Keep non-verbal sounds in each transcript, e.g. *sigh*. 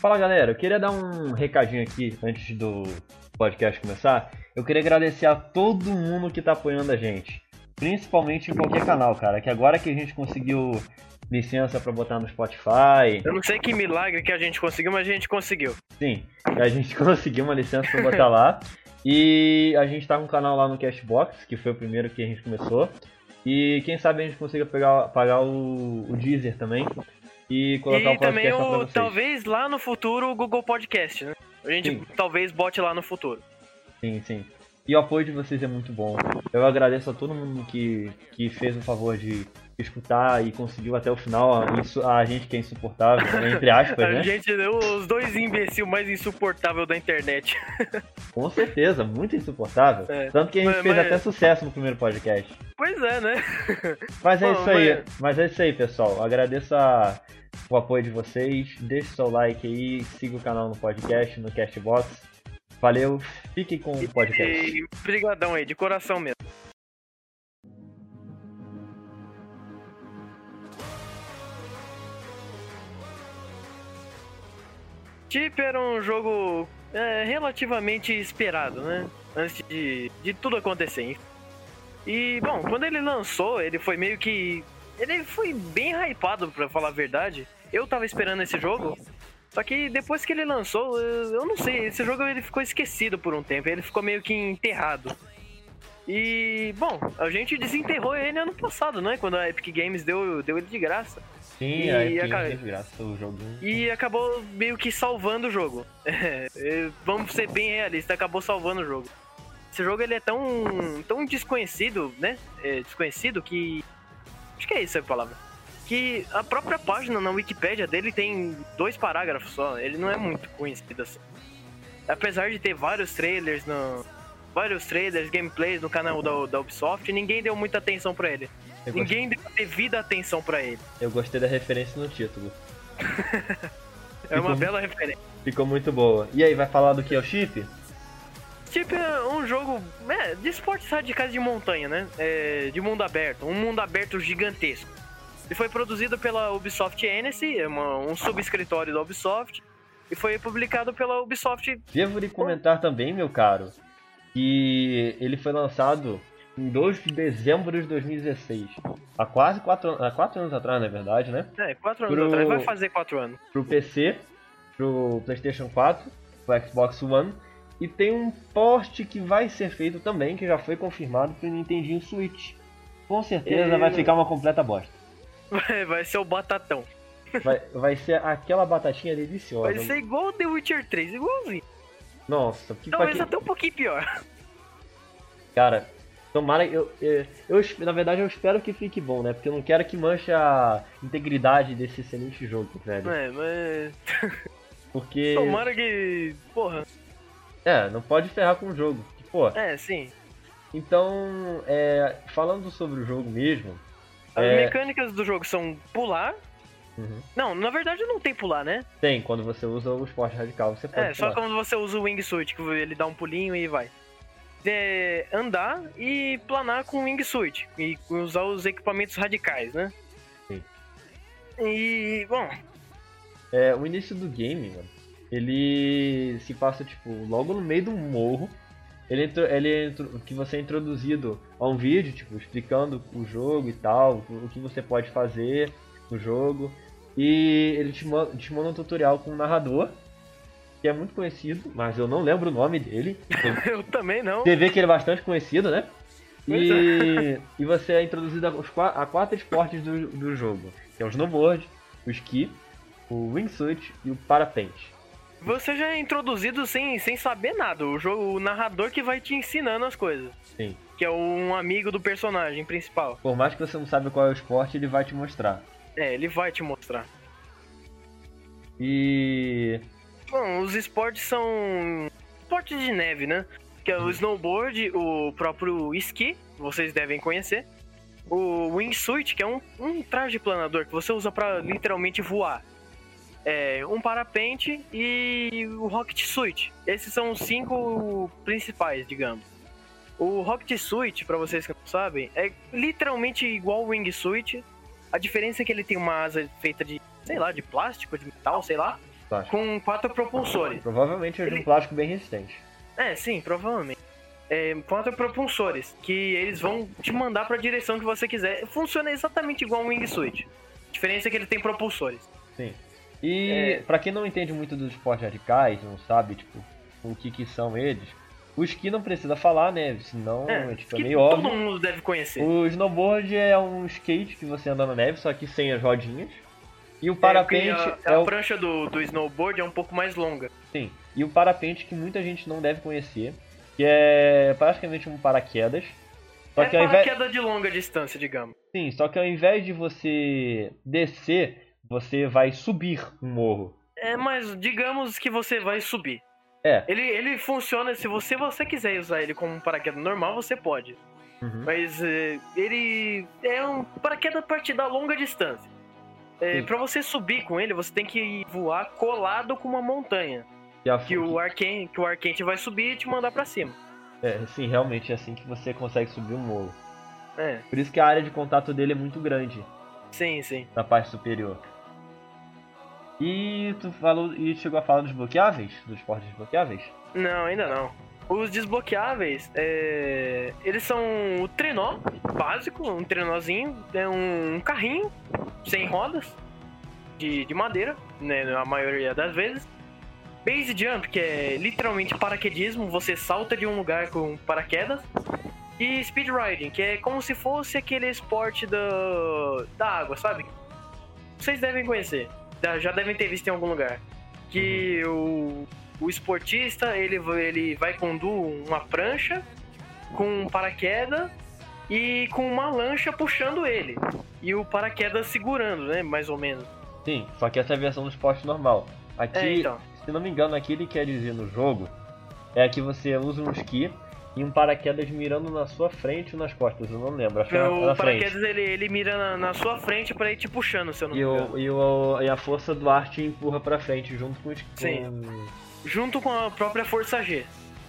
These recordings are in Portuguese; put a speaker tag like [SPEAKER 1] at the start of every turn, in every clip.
[SPEAKER 1] Fala galera, eu queria dar um recadinho aqui antes do podcast começar. Eu queria agradecer a todo mundo que tá apoiando a gente, principalmente em qualquer canal, cara. Que agora que a gente conseguiu licença pra botar no Spotify,
[SPEAKER 2] Eu não sei que milagre que a gente conseguiu, mas a gente conseguiu.
[SPEAKER 1] sim, a gente *laughs* conseguiu uma licença pra botar lá. E a gente tá com um canal lá no Cashbox, que foi o primeiro que a gente começou. E quem sabe a gente consiga pegar, pagar o, o Deezer também e colocar
[SPEAKER 2] E
[SPEAKER 1] o podcast
[SPEAKER 2] também,
[SPEAKER 1] lá pra
[SPEAKER 2] o,
[SPEAKER 1] vocês.
[SPEAKER 2] talvez lá no futuro, o Google Podcast, né? A gente
[SPEAKER 1] Sim.
[SPEAKER 2] talvez bote lá no futuro.
[SPEAKER 1] Sim, sim. E o apoio de vocês é muito bom. Eu agradeço a todo mundo que, que fez o favor de escutar e conseguiu até o final. A, insu- a gente que é insuportável, né? entre
[SPEAKER 2] *laughs*
[SPEAKER 1] aspas,
[SPEAKER 2] a
[SPEAKER 1] né?
[SPEAKER 2] gente deu os dois imbecil mais insuportável da internet. *laughs*
[SPEAKER 1] Com certeza, muito insuportável.
[SPEAKER 2] É.
[SPEAKER 1] Tanto que a gente
[SPEAKER 2] Mas-
[SPEAKER 1] fez
[SPEAKER 2] mas-
[SPEAKER 1] até sucesso no primeiro podcast.
[SPEAKER 2] Pois é, né?
[SPEAKER 1] Mas é
[SPEAKER 2] Bom,
[SPEAKER 1] isso aí. Mas... é isso aí, pessoal. Agradeço a- o apoio de vocês. Deixe seu like aí. Siga o canal no podcast, no Castbox. Valeu. Fiquem com o podcast.
[SPEAKER 2] E brigadão aí, de coração mesmo. Tip era um jogo é, relativamente esperado, né? Antes de, de tudo acontecer. hein? E, bom, quando ele lançou, ele foi meio que. Ele foi bem hypado, pra falar a verdade. Eu tava esperando esse jogo, só que depois que ele lançou, eu eu não sei, esse jogo ele ficou esquecido por um tempo, ele ficou meio que enterrado. E, bom, a gente desenterrou ele ano passado, né? Quando a Epic Games deu, deu ele de graça.
[SPEAKER 1] Sim, é
[SPEAKER 2] E
[SPEAKER 1] aí,
[SPEAKER 2] a cara-
[SPEAKER 1] graças ao jogo.
[SPEAKER 2] E acabou meio que salvando o jogo. *laughs* É, é, vamos ser bem realistas, acabou salvando o jogo. Esse jogo ele é tão, tão desconhecido, né? É, desconhecido que. Acho que é isso a palavra. Que a própria página na Wikipédia dele tem dois parágrafos só. Ele não é muito conhecido assim. Apesar de ter vários trailers no. Vários trailers, gameplays no canal da, da Ubisoft, ninguém deu muita atenção pra ele.
[SPEAKER 1] Eu gostei.
[SPEAKER 2] Ninguém deu a devida atenção pra ele.
[SPEAKER 1] Eu gostei da referência no título.
[SPEAKER 2] *laughs* É uma
[SPEAKER 1] Ficou-
[SPEAKER 2] bela referência.
[SPEAKER 1] Ficou muito boa. E aí, vai falar do que é o chip?
[SPEAKER 2] Tipo, é um jogo é, de esportes radicais de montanha, né? É, de mundo aberto. Um mundo aberto gigantesco. Ele foi produzido pela Ubisoft Annecy, é uma- um subescritório da Ubisoft. E foi publicado pela Ubisoft.
[SPEAKER 1] Devo lhe comentar também, meu caro, que ele foi lançado em 2 de dezembro de 2016. Há quase 4 há quatro anos atrás, na verdade, né?
[SPEAKER 2] É, quatro anos
[SPEAKER 1] Pro-
[SPEAKER 2] atrás. Vai fazer quatro anos. *laughs*
[SPEAKER 1] Pro PC, pro PlayStation 4, pro Xbox One. E tem um post que vai ser feito também, que já foi confirmado pro Nintendinho Switch. Com certeza
[SPEAKER 2] E-
[SPEAKER 1] vai ficar uma completa bosta.
[SPEAKER 2] Vai, vai ser o Batatão.
[SPEAKER 1] Vai, vai ser aquela batatinha deliciosa.
[SPEAKER 2] Vai ser igual o The Witcher 3, igualzinho.
[SPEAKER 1] Nossa, que pra
[SPEAKER 2] Talvez
[SPEAKER 1] quem-
[SPEAKER 2] até um pouquinho
[SPEAKER 1] *laughs*
[SPEAKER 2] pior.
[SPEAKER 1] Cara, tomara eu, eu, eu esp- Na verdade, eu espero que fique bom, né? Porque eu não quero que manche a integridade desse excelente jogo, velho.
[SPEAKER 2] É, mas.
[SPEAKER 1] Porque.
[SPEAKER 2] Tomara que. Porra.
[SPEAKER 1] É, não pode ferrar com o jogo. porque, Pô,
[SPEAKER 2] É, sim.
[SPEAKER 1] então, é, falando sobre o jogo mesmo.
[SPEAKER 2] As
[SPEAKER 1] É.
[SPEAKER 2] mecânicas do jogo são pular.
[SPEAKER 1] uhum,
[SPEAKER 2] Não, na verdade não tem pular, né?
[SPEAKER 1] Tem, quando você usa o esporte radical, você pode.
[SPEAKER 2] É, só
[SPEAKER 1] pular.
[SPEAKER 2] quando você usa o wingsuit, que ele dá um pulinho e vai. É, andar e planar com o wingsuit. E usar os equipamentos radicais, né?
[SPEAKER 1] Sim.
[SPEAKER 2] E, bom, *laughs*
[SPEAKER 1] É, o início do game, mano, ele se passa, tipo, logo no meio de um morro. Ele, entro, ele entro, que você é introduzido a um vídeo, tipo, explicando o jogo e tal, o o que você pode fazer no jogo. E ele te, ma- te manda um tutorial com um narrador, que é muito conhecido, mas eu não lembro o nome dele.
[SPEAKER 2] eu também não.
[SPEAKER 1] Você vê que ele é bastante conhecido, né?
[SPEAKER 2] Pois
[SPEAKER 1] E, *laughs* e você é introduzido aos qua- a quatro esportes do, do jogo. Que é o snowboard, o esqui, o wingsuit e o parapente.
[SPEAKER 2] Você já é introduzido sem, sem saber nada. O, jogo, o narrador que vai te ensinando as coisas.
[SPEAKER 1] Sim.
[SPEAKER 2] Que é um amigo do personagem principal.
[SPEAKER 1] Por mais que você não saiba qual é o esporte, ele vai te mostrar.
[SPEAKER 2] É, ele vai te mostrar.
[SPEAKER 1] E...
[SPEAKER 2] Bom, os esportes são esportes de neve, né? Que é o snowboard, o próprio esqui, vocês devem conhecer. O wingsuit, que é um, um traje planador que você usa pra literalmente voar. É, um parapente e o rocket suit. Esses são os cinco principais, digamos. O rocket suit, pra vocês que não sabem, é literalmente igual o wingsuit. A diferença é que ele tem uma asa feita de, sei lá, de plástico, de metal, sei lá.
[SPEAKER 1] Plástico.
[SPEAKER 2] com quatro propulsores.
[SPEAKER 1] Provavelmente é de um plástico bem resistente.
[SPEAKER 2] É, sim, provavelmente. É, quatro propulsores, que eles vão te mandar pra direção que você quiser. Funciona exatamente igual um wingsuit. A diferença é que ele tem propulsores.
[SPEAKER 1] Sim. E
[SPEAKER 2] É.
[SPEAKER 1] pra quem não entende muito dos esportes radicais, não sabe, tipo, o que que são eles, o esqui não precisa falar, né? Senão é, tipo, é
[SPEAKER 2] que
[SPEAKER 1] meio
[SPEAKER 2] todo
[SPEAKER 1] óbvio.
[SPEAKER 2] mundo deve conhecer.
[SPEAKER 1] O snowboard é um skate que você anda na neve, só que sem as rodinhas. E o parapente
[SPEAKER 2] é,
[SPEAKER 1] é,
[SPEAKER 2] porque a, a
[SPEAKER 1] o
[SPEAKER 2] prancha do, do snowboard é um pouco mais longa.
[SPEAKER 1] sim. E o parapente que muita gente não deve conhecer, que é praticamente um paraquedas. Só
[SPEAKER 2] é
[SPEAKER 1] que ao invés,
[SPEAKER 2] paraquedas de longa distância, digamos.
[SPEAKER 1] sim, só que ao invés de você descer, você vai subir um morro.
[SPEAKER 2] É, mas digamos que você vai subir.
[SPEAKER 1] É.
[SPEAKER 2] Ele, ele funciona, se você, você quiser usar ele como um paraquedas normal, você pode.
[SPEAKER 1] Uhum.
[SPEAKER 2] Mas é, ele é um paraquedas para te dar longa distância. É,
[SPEAKER 1] Sim.
[SPEAKER 2] para você subir com ele, você tem que voar colado com uma montanha.
[SPEAKER 1] E é a-
[SPEAKER 2] Que o ar quente, que o ar quente vai subir e te mandar para cima.
[SPEAKER 1] É, sim, realmente é assim que você consegue subir um morro.
[SPEAKER 2] É,
[SPEAKER 1] Por isso que a área de contato dele é muito grande
[SPEAKER 2] sim, sim.
[SPEAKER 1] na parte superior. E tu falou e chegou a falar dos bloqueáveis, dos esportes desbloqueáveis?
[SPEAKER 2] Não, ainda não. Os desbloqueáveis, é, eles são o trenó básico, um trenózinho, é um carrinho sem rodas, de, de madeira, né, a maioria das vezes. Base jump, que é literalmente paraquedismo, você salta de um lugar com paraquedas. E speed riding, que é como se fosse aquele esporte da, da água, sabe? Vocês devem conhecer, da- já devem ter visto em algum lugar. Que o, o esportista, ele, va- ele vai conduzir uma prancha com um paraquedas e com uma lancha puxando ele. E o paraquedas segurando, né, mais ou menos.
[SPEAKER 1] Sim, só que essa é a versão do esporte normal. Aqui,
[SPEAKER 2] É, então.
[SPEAKER 1] se não me engano, aqui ele quer dizer no jogo é que você usa um esqui e um paraquedas mirando na sua frente ou nas costas, eu não lembro, acho que é na,
[SPEAKER 2] O
[SPEAKER 1] na frente.
[SPEAKER 2] paraquedas ele, ele mira na, na sua frente pra ir te puxando, se eu não me
[SPEAKER 1] E,
[SPEAKER 2] engano.
[SPEAKER 1] o, e, o, e a força do ar te empurra pra frente junto com o esqui.
[SPEAKER 2] Sim.
[SPEAKER 1] com-
[SPEAKER 2] Junto com a própria força G.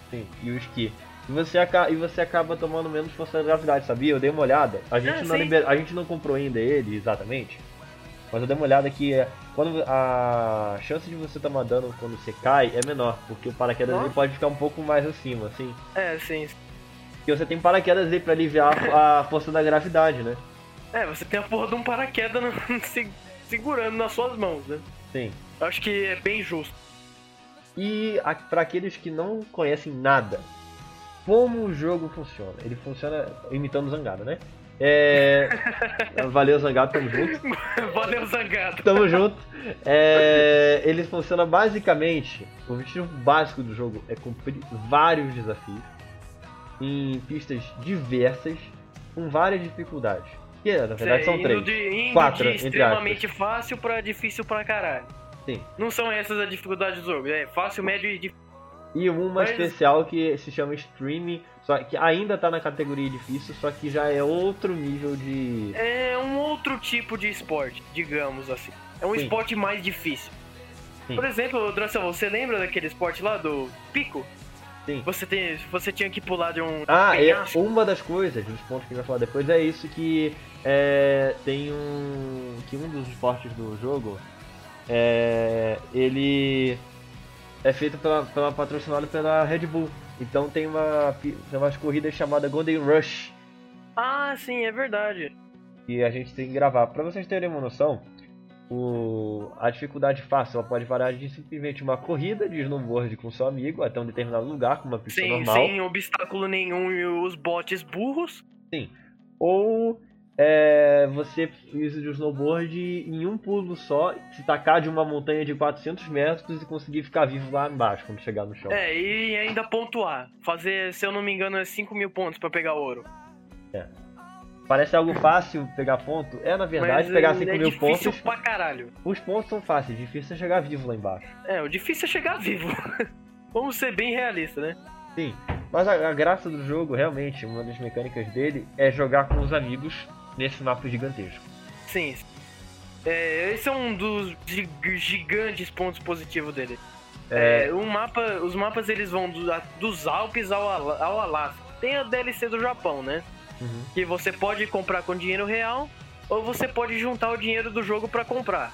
[SPEAKER 1] Sim, e o esqui. E você, aca- e você acaba tomando menos força da gravidade, sabia? Eu dei uma olhada. A gente,
[SPEAKER 2] Ah,
[SPEAKER 1] não,
[SPEAKER 2] sim.
[SPEAKER 1] liber- a gente não comprou ainda ele exatamente. Mas eu dei uma olhada que é- quando a chance de você tomar dano quando você cai é menor, porque o paraquedas
[SPEAKER 2] Nossa.
[SPEAKER 1] ele pode ficar um pouco mais acima, assim.
[SPEAKER 2] É, sim.
[SPEAKER 1] Porque você tem paraquedas aí pra aliviar a, a força da gravidade, né?
[SPEAKER 2] É, você tem a porra de um paraquedas *laughs* no- se- segurando nas suas mãos, né?
[SPEAKER 1] Sim.
[SPEAKER 2] Eu acho que é bem justo. *laughs*
[SPEAKER 1] E a- pra aqueles que não conhecem nada, como o jogo funciona? Ele funciona imitando Zangado, né?
[SPEAKER 2] *laughs*
[SPEAKER 1] É. Valeu, Zangado, tamo junto.
[SPEAKER 2] Valeu, zangado.
[SPEAKER 1] Tamo junto. É, ele funciona basicamente. O objetivo básico do jogo é cumprir vários desafios em pistas diversas, com várias dificuldades. Que na verdade são
[SPEAKER 2] indo
[SPEAKER 1] três.
[SPEAKER 2] De, indo
[SPEAKER 1] Quatro,
[SPEAKER 2] de
[SPEAKER 1] entre
[SPEAKER 2] extremamente fácil pra difícil pra caralho.
[SPEAKER 1] Sim.
[SPEAKER 2] Não são essas as dificuldades do jogo. É fácil, médio e difícil.
[SPEAKER 1] E uma
[SPEAKER 2] Mas-
[SPEAKER 1] especial que se chama Streaming, só que ainda tá na categoria difícil, só que já é outro nível de.
[SPEAKER 2] É um outro tipo de esporte, digamos assim. É um
[SPEAKER 1] Sim.
[SPEAKER 2] esporte mais difícil.
[SPEAKER 1] Sim.
[SPEAKER 2] Por exemplo, Drossa, você lembra daquele esporte lá do pico?
[SPEAKER 1] Sim.
[SPEAKER 2] Você, tem, você tinha que pular de um
[SPEAKER 1] Ah, é
[SPEAKER 2] penhasco.
[SPEAKER 1] uma das coisas, dos pontos que a gente vai falar depois, é isso que é, tem um. que um dos esportes do jogo é. ele é feito pela, pela patrocinado pela Red Bull. Então tem uma pi- tem umas corridas chamada Golden Rush
[SPEAKER 2] Ah, sim, é verdade.
[SPEAKER 1] que a gente tem que gravar. Pra vocês terem uma noção, o, a dificuldade fácil ela pode variar de simplesmente uma corrida de snowboard com seu amigo até um determinado lugar, com uma pista
[SPEAKER 2] Sem,
[SPEAKER 1] é normal.
[SPEAKER 2] sem obstáculo nenhum e os botes burros.
[SPEAKER 1] ou é, você precisa de um snowboard em um pulo só, se tacar de uma montanha de 400 metros e conseguir ficar vivo lá embaixo quando chegar no chão.
[SPEAKER 2] É, e ainda pontuar. Fazer, se eu não me engano, é 5 mil pontos pra pegar ouro.
[SPEAKER 1] Parece algo fácil pegar ponto, é na verdade
[SPEAKER 2] Mas,
[SPEAKER 1] pegar
[SPEAKER 2] é,
[SPEAKER 1] 5
[SPEAKER 2] é
[SPEAKER 1] mil
[SPEAKER 2] difícil
[SPEAKER 1] pontos.
[SPEAKER 2] pra caralho.
[SPEAKER 1] Os pontos são fáceis, difícil é chegar vivo lá embaixo.
[SPEAKER 2] É, o difícil é chegar vivo. *laughs* Vamos ser bem realistas, né?
[SPEAKER 1] Sim, mas a, a graça do jogo, realmente, uma das mecânicas dele é jogar com os amigos nesse mapa gigantesco.
[SPEAKER 2] Sim. É, esse é um dos gi- gigantes pontos positivos dele.
[SPEAKER 1] É,
[SPEAKER 2] É, o mapa, os mapas eles vão do- a- dos Alpes ao, Ala- ao Alasca. Tem a DLC do Japão, né?
[SPEAKER 1] uhum,
[SPEAKER 2] Que você pode comprar com dinheiro real ou você pode juntar o dinheiro do jogo pra comprar.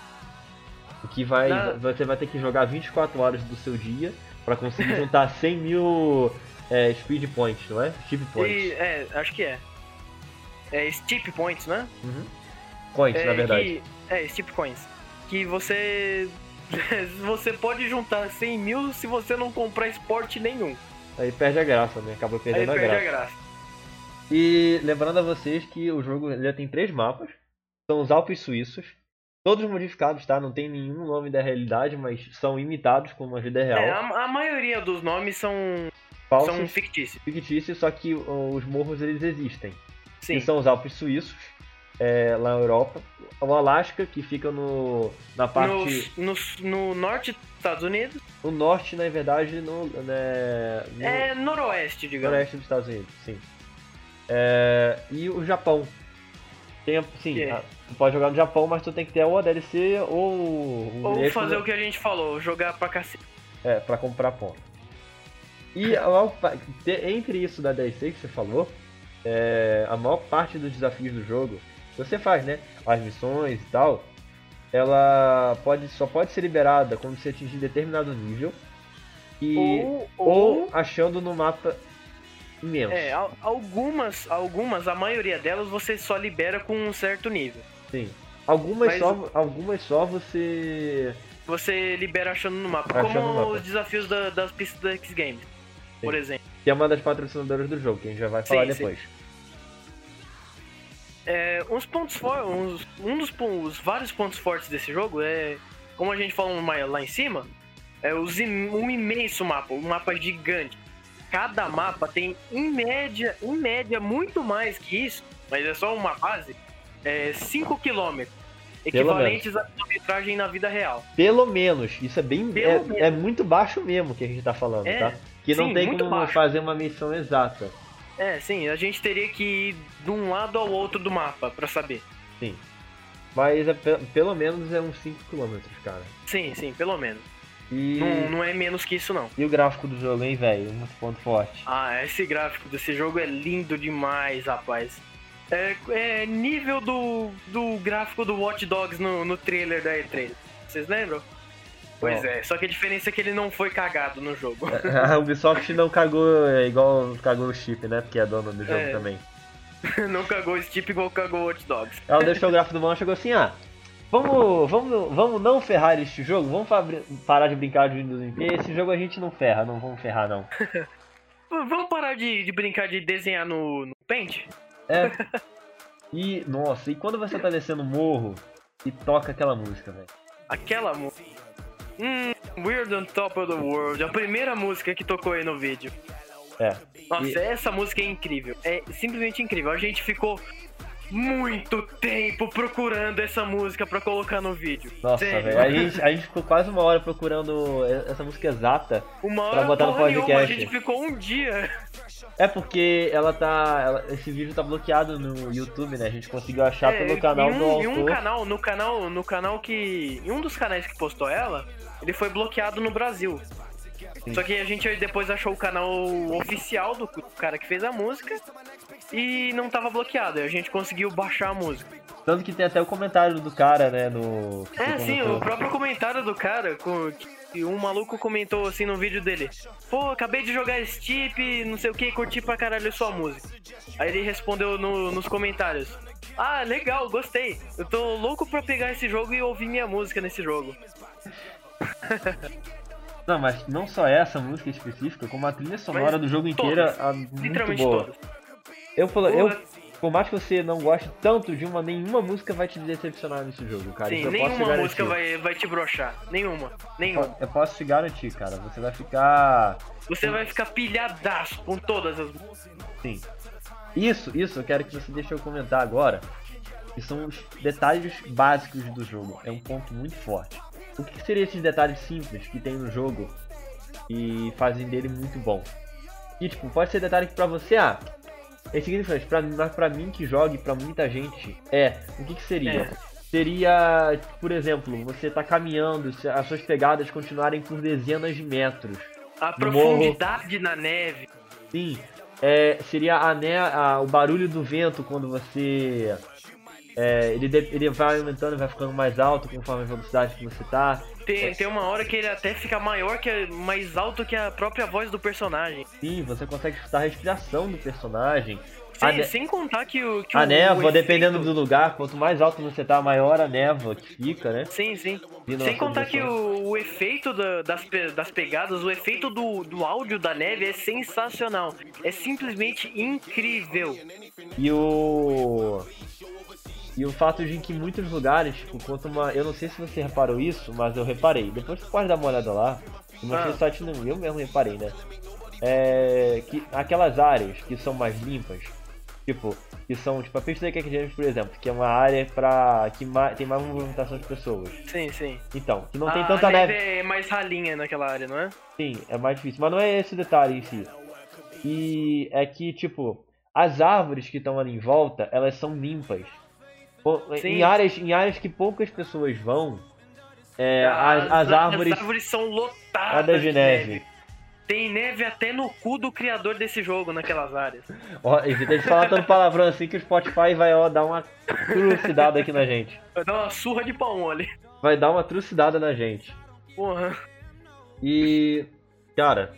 [SPEAKER 1] o que Que vai,
[SPEAKER 2] Na-
[SPEAKER 1] você vai ter que jogar 24 horas do seu dia pra
[SPEAKER 2] *laughs*
[SPEAKER 1] conseguir juntar 100 mil é, speed points, não é? Chip
[SPEAKER 2] E,
[SPEAKER 1] points.
[SPEAKER 2] é, acho que é. É Steep Points, né?
[SPEAKER 1] Uhum. Coins,
[SPEAKER 2] é,
[SPEAKER 1] na verdade.
[SPEAKER 2] que- é, Steep Coins. Que você. *laughs* você pode juntar 100 mil se você não comprar esporte nenhum.
[SPEAKER 1] Aí perde a graça, né? Acaba
[SPEAKER 2] Aí
[SPEAKER 1] perdendo a
[SPEAKER 2] perde
[SPEAKER 1] graça.
[SPEAKER 2] a graça.
[SPEAKER 1] E lembrando a vocês que o jogo ele já tem três mapas. São os Alpes Suíços. Todos modificados, tá? Não tem nenhum nome da realidade, mas são imitados como a vida real.
[SPEAKER 2] É, a, a maioria dos nomes são,
[SPEAKER 1] falsos,
[SPEAKER 2] são fictícios.
[SPEAKER 1] fictícios, só que ó, os morros eles existem.
[SPEAKER 2] Sim.
[SPEAKER 1] Que são os Alpes Suíços, é, lá na Europa. O Alasca, que fica no, na parte...
[SPEAKER 2] No, no- no norte dos Estados Unidos.
[SPEAKER 1] O norte, na verdade, no, né, no
[SPEAKER 2] É noroeste, digamos.
[SPEAKER 1] noroeste dos Estados Unidos, sim. É, e o Japão. Tem, a- sim,
[SPEAKER 2] Que?
[SPEAKER 1] a- tu pode jogar no Japão, mas tu tem que ter ou a DLC ou... o
[SPEAKER 2] Ou
[SPEAKER 1] extra-
[SPEAKER 2] fazer o que a gente falou, jogar pra cacete.
[SPEAKER 1] É, pra comprar ponto. E a maior pa- te- entre isso da DLC que você falou, é, a maior parte dos desafios do jogo, que você faz, né? As missões e tal, ela pode, só pode ser liberada quando você atingir determinado nível e,
[SPEAKER 2] Ou,
[SPEAKER 1] ou,
[SPEAKER 2] ou-
[SPEAKER 1] achando no mapa imenso.
[SPEAKER 2] É, al- algumas, algumas, a maioria delas você só libera com um certo nível.
[SPEAKER 1] Sim. Algumas,
[SPEAKER 2] Mas
[SPEAKER 1] só, algumas só você.
[SPEAKER 2] Você libera achando no mapa.
[SPEAKER 1] Achando
[SPEAKER 2] como
[SPEAKER 1] no mapa.
[SPEAKER 2] os desafios da- das pistas da X Games, por
[SPEAKER 1] Sim.
[SPEAKER 2] exemplo.
[SPEAKER 1] que é uma das patrocinadoras do jogo, que a gente já vai
[SPEAKER 2] Sim,
[SPEAKER 1] falar
[SPEAKER 2] sim.
[SPEAKER 1] depois.
[SPEAKER 2] É, uns pontos fortes. Um dos pon- os vários pontos fortes desse jogo é. Como a gente falou ma- lá em cima, é os im- um imenso mapa, um mapa gigante. Cada mapa tem, em média, em média, muito mais que isso, mas é só uma base, 5 km
[SPEAKER 1] Pelo
[SPEAKER 2] equivalentes à quilometragem na vida real.
[SPEAKER 1] Pelo menos, isso é bem.
[SPEAKER 2] Pelo
[SPEAKER 1] É,
[SPEAKER 2] menos.
[SPEAKER 1] é muito baixo mesmo que a gente tá falando,
[SPEAKER 2] É,
[SPEAKER 1] tá? Que não
[SPEAKER 2] sim,
[SPEAKER 1] tem
[SPEAKER 2] muito
[SPEAKER 1] como
[SPEAKER 2] baixo.
[SPEAKER 1] fazer uma missão exata.
[SPEAKER 2] É, sim, a gente teria que ir de um lado ao outro do mapa pra saber.
[SPEAKER 1] Mas é pe- pelo menos é uns 5km, cara.
[SPEAKER 2] Sim, sim, pelo menos.
[SPEAKER 1] E,
[SPEAKER 2] Não, não é menos que isso, não.
[SPEAKER 1] e o gráfico do jogo, hein, velho? Muito ponto forte.
[SPEAKER 2] *laughs* Ah, esse gráfico desse jogo é lindo demais, rapaz. É, é nível do, do gráfico do Watch Dogs no, no trailer da E3. Vocês lembram? Pois
[SPEAKER 1] Não.
[SPEAKER 2] é, só que a diferença é que ele não foi cagado no jogo.
[SPEAKER 1] A Ubisoft não cagou é, igual cagou o chip, né? Porque é dona do jogo
[SPEAKER 2] É.
[SPEAKER 1] também.
[SPEAKER 2] *laughs* não cagou esse tipo igual cagou o Watch Dogs.
[SPEAKER 1] Ela deixou o gráfico do mal e chegou assim, ah. Vamos, vamos, vamos não ferrar este jogo, vamos fabri- parar de brincar de Windows MP. Esse jogo a gente não ferra, não vamos ferrar não.
[SPEAKER 2] V- Vamos parar de, de brincar de desenhar no, no Paint?
[SPEAKER 1] É. E, nossa, e quando você tá descendo o morro e toca aquela música, velho?
[SPEAKER 2] Aquela música. Hum, Weird on Top of the World, a primeira música que tocou aí no vídeo.
[SPEAKER 1] É.
[SPEAKER 2] Nossa,
[SPEAKER 1] E-
[SPEAKER 2] essa música é incrível. É simplesmente incrível. A gente ficou muito tempo procurando essa música pra colocar no vídeo.
[SPEAKER 1] Nossa,
[SPEAKER 2] Sério.
[SPEAKER 1] velho. A gente, a gente ficou quase uma hora procurando essa música exata.
[SPEAKER 2] Uma
[SPEAKER 1] pra
[SPEAKER 2] hora
[SPEAKER 1] botar no
[SPEAKER 2] porra nenhuma, a
[SPEAKER 1] podcast.
[SPEAKER 2] gente ficou um dia.
[SPEAKER 1] É porque ela tá. ela- esse vídeo tá bloqueado no YouTube, né? A gente conseguiu achar
[SPEAKER 2] É,
[SPEAKER 1] pelo canal
[SPEAKER 2] em um,
[SPEAKER 1] do
[SPEAKER 2] em um
[SPEAKER 1] autor.
[SPEAKER 2] canal, no canal, no canal que, em um dos canais que postou ela, ele foi bloqueado no Brasil.
[SPEAKER 1] Sim.
[SPEAKER 2] Só que a gente depois achou o canal oficial do cara que fez a música e não tava bloqueado. Aí A gente conseguiu baixar a música.
[SPEAKER 1] Tanto que tem até o comentário do cara, né? No.
[SPEAKER 2] É,
[SPEAKER 1] do
[SPEAKER 2] sim,
[SPEAKER 1] comentário.
[SPEAKER 2] o próprio comentário do cara, com, que um maluco comentou assim no vídeo dele: Pô, acabei de jogar esse tip, não sei o que, curti pra caralho sua música. Aí ele respondeu no- nos comentários: Ah, legal, gostei. Eu tô louco pra pegar esse jogo e ouvir minha música nesse jogo.
[SPEAKER 1] Não, mas não só essa música específica, como a trilha sonora do jogo inteira.
[SPEAKER 2] todas.
[SPEAKER 1] a- muito
[SPEAKER 2] Literalmente
[SPEAKER 1] boa.
[SPEAKER 2] todas.
[SPEAKER 1] Eu, falo,
[SPEAKER 2] Porra.
[SPEAKER 1] eu, por mais que você não goste tanto de uma, nenhuma música vai te decepcionar nesse jogo, cara.
[SPEAKER 2] Sim,
[SPEAKER 1] Isso eu posso te
[SPEAKER 2] nenhuma
[SPEAKER 1] garantir.
[SPEAKER 2] música vai, vai te brochar. Nenhuma. Nenhuma.
[SPEAKER 1] Eu- Eu posso te garantir, cara. Você vai ficar.
[SPEAKER 2] Você vai ficar pilhadaço com todas as músicas.
[SPEAKER 1] Sim. Isso, isso, eu quero que você deixe eu comentar agora. Que são os detalhes básicos do jogo. É um ponto muito forte. O que seria esses detalhes simples que tem no jogo e fazem dele muito bom? E tipo, pode ser detalhe que pra você, ah, é insignificante, pra, mas pra mim que joga e pra muita gente é. O que, que seria?
[SPEAKER 2] É.
[SPEAKER 1] Seria, por exemplo, você tá caminhando, se as suas pegadas continuarem por dezenas de metros.
[SPEAKER 2] A
[SPEAKER 1] No morro.
[SPEAKER 2] profundidade na
[SPEAKER 1] né,
[SPEAKER 2] neve.
[SPEAKER 1] Sim, é, seria a, ne- a- o barulho do vento quando você É, ele, de- ele vai aumentando, vai ficando mais alto conforme a velocidade que você tá.
[SPEAKER 2] Tem, tem uma hora que ele até fica maior, que a- mais alto que a própria voz do personagem.
[SPEAKER 1] Sim, você consegue escutar a respiração do personagem.
[SPEAKER 2] Sem,
[SPEAKER 1] A ne-
[SPEAKER 2] sem contar que o. Que
[SPEAKER 1] A
[SPEAKER 2] o-
[SPEAKER 1] névoa,
[SPEAKER 2] o
[SPEAKER 1] dependendo do
[SPEAKER 2] efeito-
[SPEAKER 1] lugar, quanto mais alto você tá, maior a névoa que fica, né?
[SPEAKER 2] Sim, sim.
[SPEAKER 1] Vindo na
[SPEAKER 2] Sem
[SPEAKER 1] sua
[SPEAKER 2] contar que
[SPEAKER 1] direção.
[SPEAKER 2] o, o efeito da- das, pe- das pegadas, o efeito do, do áudio da neve é sensacional. É simplesmente incrível.
[SPEAKER 1] E o. E o fato de que em muitos lugares, tipo, quanto uma. Eu não sei se você reparou isso, mas eu reparei. Depois você pode dar uma olhada lá. Eu mostrei
[SPEAKER 2] Ah.
[SPEAKER 1] o site não, tá eu mesmo reparei, né? É. Que aquelas áreas que são mais limpas, tipo, que são, tipo, a pista da Cake James, por exemplo, que é uma área pra. que ma- tem mais movimentação de pessoas.
[SPEAKER 2] Sim, sim.
[SPEAKER 1] Então, que não tem
[SPEAKER 2] a
[SPEAKER 1] tanta neve.
[SPEAKER 2] é mais ralinha naquela área, não é?
[SPEAKER 1] Sim, é mais difícil, mas não é esse o detalhe em si. E é que, tipo, as árvores que estão ali em volta, elas são limpas. Po-
[SPEAKER 2] Sim.
[SPEAKER 1] Em áreas, em áreas que poucas pessoas vão, é, as, as árvores.
[SPEAKER 2] Ah,
[SPEAKER 1] é
[SPEAKER 2] são lotadas
[SPEAKER 1] Nada de neve.
[SPEAKER 2] Tem neve até no cu do criador desse jogo naquelas áreas.
[SPEAKER 1] Ó, evita de falar tanto palavrão assim que o Spotify vai ó, dar uma trucidada aqui na gente.
[SPEAKER 2] Vai dar uma surra de pau mole.
[SPEAKER 1] Vai dar uma trucidada na gente.
[SPEAKER 2] Porra.
[SPEAKER 1] E. Cara,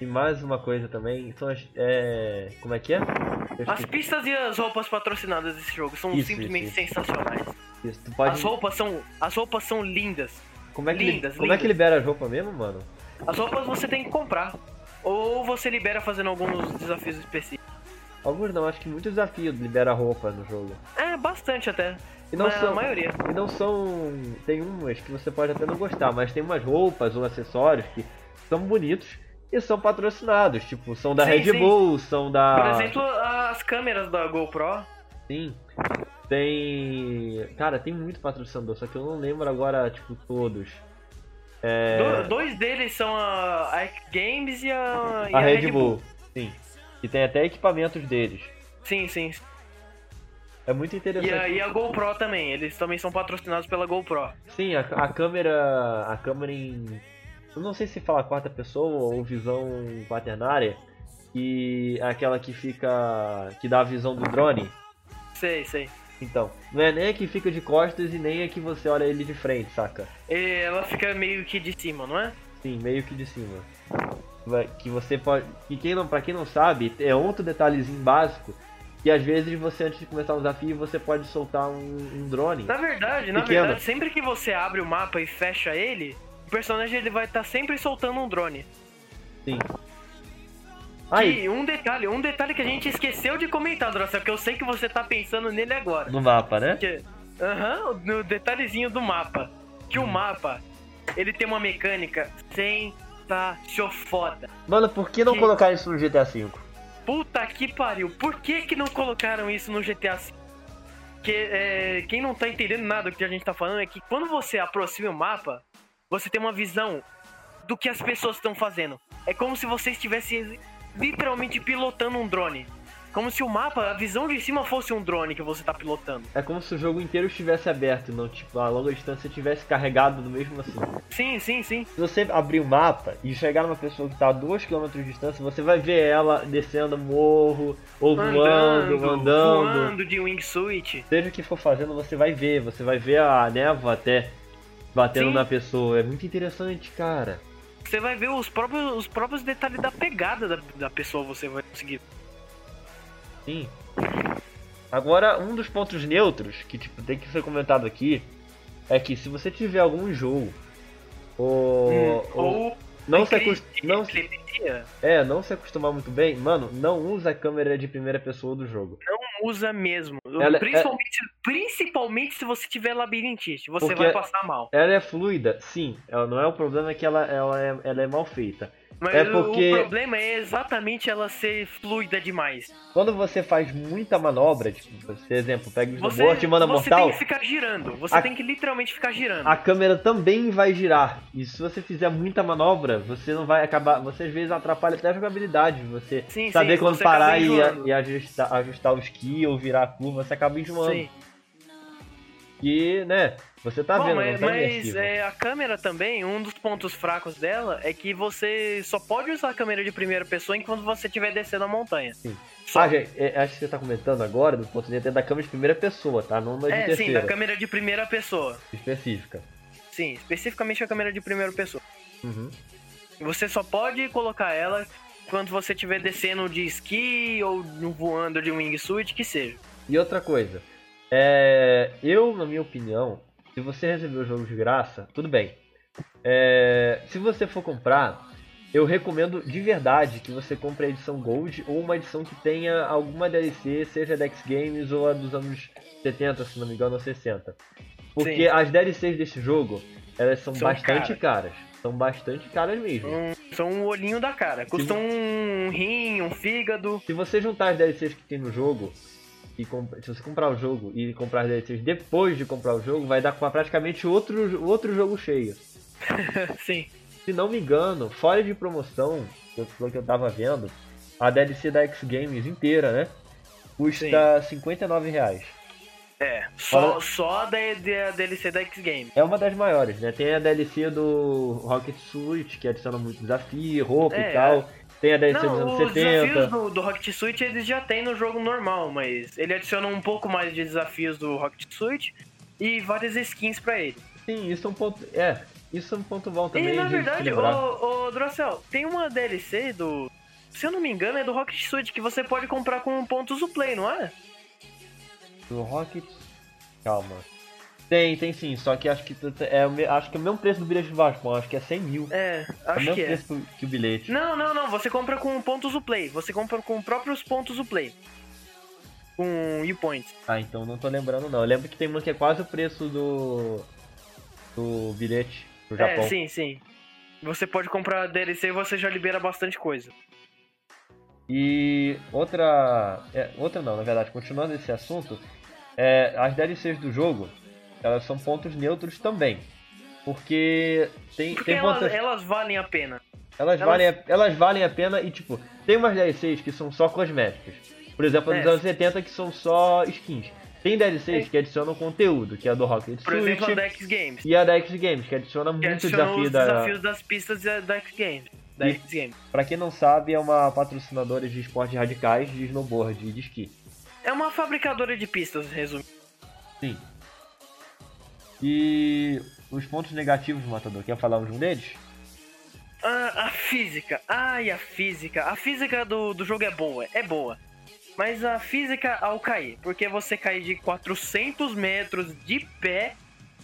[SPEAKER 1] e mais uma coisa também, são as. É, como é que é? Eu
[SPEAKER 2] As
[SPEAKER 1] esqueci.
[SPEAKER 2] pistas e as roupas patrocinadas desse jogo são
[SPEAKER 1] Isso,
[SPEAKER 2] simplesmente
[SPEAKER 1] isso,
[SPEAKER 2] sensacionais.
[SPEAKER 1] Isso, tu pode.
[SPEAKER 2] As roupas são. As roupas são lindas.
[SPEAKER 1] Como é que, li-
[SPEAKER 2] lindas,
[SPEAKER 1] como é que
[SPEAKER 2] lindas.
[SPEAKER 1] libera as roupas mesmo, mano?
[SPEAKER 2] As roupas você tem que comprar. Ou você libera fazendo alguns desafios específicos.
[SPEAKER 1] Alguns não, acho que muitos desafios libera roupa no jogo.
[SPEAKER 2] É, bastante até.
[SPEAKER 1] E não,
[SPEAKER 2] mas a
[SPEAKER 1] são,
[SPEAKER 2] maioria.
[SPEAKER 1] e não são. Tem umas que você pode até não gostar, mas tem umas roupas ou acessórios que são bonitos e são patrocinados. Tipo, são da
[SPEAKER 2] Sim,
[SPEAKER 1] Red
[SPEAKER 2] sim.
[SPEAKER 1] Bull, são da.
[SPEAKER 2] Por exemplo, as câmeras da GoPro.
[SPEAKER 1] Sim. Tem. Cara, tem muito patrocinador, só que eu não lembro agora, tipo, todos. É,
[SPEAKER 2] do- dois deles são a, a Epic Games e a, e
[SPEAKER 1] a Red, Bull. Sim. E tem até equipamentos deles.
[SPEAKER 2] Sim, sim.
[SPEAKER 1] É muito
[SPEAKER 2] E
[SPEAKER 1] interessante.
[SPEAKER 2] a, e a GoPro também. Eles também são patrocinados pela GoPro.
[SPEAKER 1] Sim, a, a câmera. A câmera em. Eu não sei se fala quarta pessoa ou visão quaternária. E aquela que fica. que dá a visão do drone.
[SPEAKER 2] Sei, sei.
[SPEAKER 1] Então, não é nem a que fica de costas e nem a que você olha ele de frente, saca?
[SPEAKER 2] E ela fica meio que de cima, não é?
[SPEAKER 1] Sim, meio que de cima. Vai- Que você pode. Que quem não, pra quem não sabe, é outro detalhezinho básico. Que às vezes você, antes de começar um desafio, você pode soltar um, um drone.
[SPEAKER 2] Na verdade, na
[SPEAKER 1] Pequeno.
[SPEAKER 2] verdade, sempre que você abre o mapa e fecha ele, o personagem ele vai estar sempre soltando um drone.
[SPEAKER 1] Sim. Aí,
[SPEAKER 2] E um detalhe, um detalhe que a gente esqueceu de comentar, Drossel, que eu sei que você tá pensando nele agora.
[SPEAKER 1] no mapa, né?
[SPEAKER 2] Que, aham, no detalhezinho do mapa.
[SPEAKER 1] Hum.
[SPEAKER 2] Que o mapa, ele tem uma mecânica sensacional.
[SPEAKER 1] Mano, por que não
[SPEAKER 2] Que-
[SPEAKER 1] colocar isso no GTA V?
[SPEAKER 2] Puta que pariu, por que que não colocaram isso no GTA V? Que, é, quem não tá entendendo nada do que a gente tá falando é que quando você aproxima o mapa, você tem uma visão do que as pessoas estão fazendo. É como se você estivesse literalmente pilotando um drone. Como se o mapa, a visão de cima fosse um drone que você tá pilotando.
[SPEAKER 1] É como se o jogo inteiro estivesse aberto, e não tipo a longa distância estivesse carregado no mesmo assim.
[SPEAKER 2] Sim, sim, sim.
[SPEAKER 1] Se você abrir o mapa e chegar numa pessoa que tá a 2km de distância, você vai ver ela descendo morro, ou voando, andando.
[SPEAKER 2] voando de wingsuit.
[SPEAKER 1] Seja o que for fazendo, você vai ver, você vai ver a névoa até batendo
[SPEAKER 2] Sim.
[SPEAKER 1] na pessoa. É muito interessante, cara.
[SPEAKER 2] Você vai ver os próprios, os próprios detalhes da pegada da, da pessoa, você vai conseguir.
[SPEAKER 1] Sim. Agora, um dos pontos neutros que tipo, tem que ser comentado aqui é que se você tiver algum jogo ou, ou
[SPEAKER 2] Hum, Ou
[SPEAKER 1] não, se
[SPEAKER 2] incri-
[SPEAKER 1] acos- não, se-
[SPEAKER 2] incrível,
[SPEAKER 1] é, não se acostumar muito bem, mano, não usa a câmera de primeira pessoa do jogo.
[SPEAKER 2] usa mesmo.
[SPEAKER 1] Ela- é-
[SPEAKER 2] principalmente, principalmente se você tiver labirintite, você
[SPEAKER 1] Porque-
[SPEAKER 2] vai passar mal.
[SPEAKER 1] Ela é fluida, sim, ela não é o problema é que ela, ela, é, ela é mal feita.
[SPEAKER 2] Mas
[SPEAKER 1] é
[SPEAKER 2] o-
[SPEAKER 1] porque-
[SPEAKER 2] o problema é exatamente ela ser fluida demais.
[SPEAKER 1] Quando você faz muita manobra, tipo, por exemplo, pega o
[SPEAKER 2] Você,
[SPEAKER 1] snowboard e manda
[SPEAKER 2] você
[SPEAKER 1] mortal,
[SPEAKER 2] tem que ficar girando. Você
[SPEAKER 1] A-
[SPEAKER 2] tem que literalmente ficar girando.
[SPEAKER 1] a câmera também vai girar. E se você fizer muita manobra, você não vai acabar. Você às vezes atrapalha até a jogabilidade. Você
[SPEAKER 2] Sim,
[SPEAKER 1] saber
[SPEAKER 2] sim,
[SPEAKER 1] quando
[SPEAKER 2] você
[SPEAKER 1] parar
[SPEAKER 2] acaba
[SPEAKER 1] e,
[SPEAKER 2] enjoando.
[SPEAKER 1] e ajustar, ajustar o esqui ou virar a curva, você acaba enjoando.
[SPEAKER 2] Sim.
[SPEAKER 1] E, né, Você tá
[SPEAKER 2] Bom,
[SPEAKER 1] vendo,
[SPEAKER 2] mas,
[SPEAKER 1] não tá
[SPEAKER 2] mas
[SPEAKER 1] imersivo.
[SPEAKER 2] é, a câmera também, um dos pontos fracos dela é que você só pode usar a câmera de primeira pessoa enquanto você estiver descendo a montanha.
[SPEAKER 1] Sim.
[SPEAKER 2] Só-
[SPEAKER 1] Ah, gente, é, acho que você tá comentando agora do ponto de vista da câmera de primeira pessoa, tá? Não da de
[SPEAKER 2] é, sim,
[SPEAKER 1] terceira
[SPEAKER 2] da câmera de primeira pessoa.
[SPEAKER 1] específica.
[SPEAKER 2] Sim, especificamente a câmera de primeira pessoa.
[SPEAKER 1] Uhum.
[SPEAKER 2] Você só pode colocar ela quando você estiver descendo de esqui ou voando de wingsuit, que seja.
[SPEAKER 1] E outra coisa, é, eu, na minha opinião, se você receber o jogo de graça, tudo bem. É, se você for comprar, eu recomendo de verdade que você compre a edição Gold ou uma edição que tenha alguma DLC, seja da X Games ou a dos anos 70, se não me engano, ou 60. Porque
[SPEAKER 2] Sim.
[SPEAKER 1] as DLCs desse jogo, elas são,
[SPEAKER 2] São
[SPEAKER 1] bastante caras. São bastante caras mesmo.
[SPEAKER 2] Um- são um olhinho da cara. Custa um rim, um fígado.
[SPEAKER 1] Se você juntar as DLCs que tem no jogo, e comp- se você comprar o jogo e comprar as DLCs depois de comprar o jogo, vai dar com praticamente outro, outro jogo cheio.
[SPEAKER 2] sim.
[SPEAKER 1] Se não me engano, fora de promoção, que eu- pelo que eu tava vendo, a DLC da X Games inteira, né? Custa R$ 59 reais.
[SPEAKER 2] É, só,
[SPEAKER 1] Olha-
[SPEAKER 2] só da, da DLC da X-Game.
[SPEAKER 1] É uma das maiores, né? Tem a DLC do Rocket Suit, que adiciona muito desafio, roupa
[SPEAKER 2] É,
[SPEAKER 1] e tal. Tem a DLC é dos
[SPEAKER 2] Não,
[SPEAKER 1] anos
[SPEAKER 2] os desafios
[SPEAKER 1] 70.
[SPEAKER 2] do, do Rocket Suit eles já tem no jogo normal, mas ele adiciona um pouco mais de desafios do Rocket Suit e várias skins pra ele.
[SPEAKER 1] Sim, isso é um ponto. É, isso é um ponto bom também.
[SPEAKER 2] e na
[SPEAKER 1] de se
[SPEAKER 2] verdade,
[SPEAKER 1] lembrar.
[SPEAKER 2] ô, ô Drossel, tem uma DLC do. Se eu não me engano, é do Rocket Suit que você pode comprar com pontos do Play, não é?
[SPEAKER 1] Do Rocket. Calma. Tem, tem sim, só que acho que tu- é, o me- acho que é o mesmo preço do bilhete de Vascon, acho que é 100 mil.
[SPEAKER 2] É,
[SPEAKER 1] é o
[SPEAKER 2] acho
[SPEAKER 1] mesmo
[SPEAKER 2] que é.
[SPEAKER 1] preço que o bilhete.
[SPEAKER 2] Não, não, não, você compra com pontos do Play. Você compra com próprios pontos do Play. Com U-Points.
[SPEAKER 1] Ah, então não tô lembrando não. Eu lembro que tem uma que é quase o preço do. do bilhete pro Japão.
[SPEAKER 2] É, sim, sim. Você pode comprar DLC e você já libera bastante coisa.
[SPEAKER 1] E outra. é, outra não, na verdade, continuando esse assunto, é, as DLCs do jogo, elas são pontos neutros também. Porque tem,
[SPEAKER 2] Porque
[SPEAKER 1] tem
[SPEAKER 2] elas,
[SPEAKER 1] pontos.
[SPEAKER 2] elas valem a pena.
[SPEAKER 1] Elas,
[SPEAKER 2] Elas-
[SPEAKER 1] Valem a, elas valem a pena e, tipo, tem umas DLCs que são só cosméticos. Por exemplo, a dos
[SPEAKER 2] É.
[SPEAKER 1] anos 70 que são só skins. Tem DLCs que adicionam conteúdo, que é a do Rocket
[SPEAKER 2] Por
[SPEAKER 1] Suit
[SPEAKER 2] exemplo, a da X Games.
[SPEAKER 1] e a da X Games, que adiciona
[SPEAKER 2] Que
[SPEAKER 1] muito
[SPEAKER 2] adiciona
[SPEAKER 1] desafio
[SPEAKER 2] os
[SPEAKER 1] da.
[SPEAKER 2] desafios das pistas da da X Games. Da
[SPEAKER 1] E-
[SPEAKER 2] X Games.
[SPEAKER 1] Pra quem não sabe, é uma patrocinadora de esportes radicais, de snowboard e de esqui.
[SPEAKER 2] É uma fabricadora de pistas, resumindo.
[SPEAKER 1] Sim. E os pontos negativos, Matador, quer falar de um deles?
[SPEAKER 2] Ah, a física. Ai, a física. A física do, do jogo é boa. É boa. Mas a física ao cair. Porque você cai de 400 metros de pé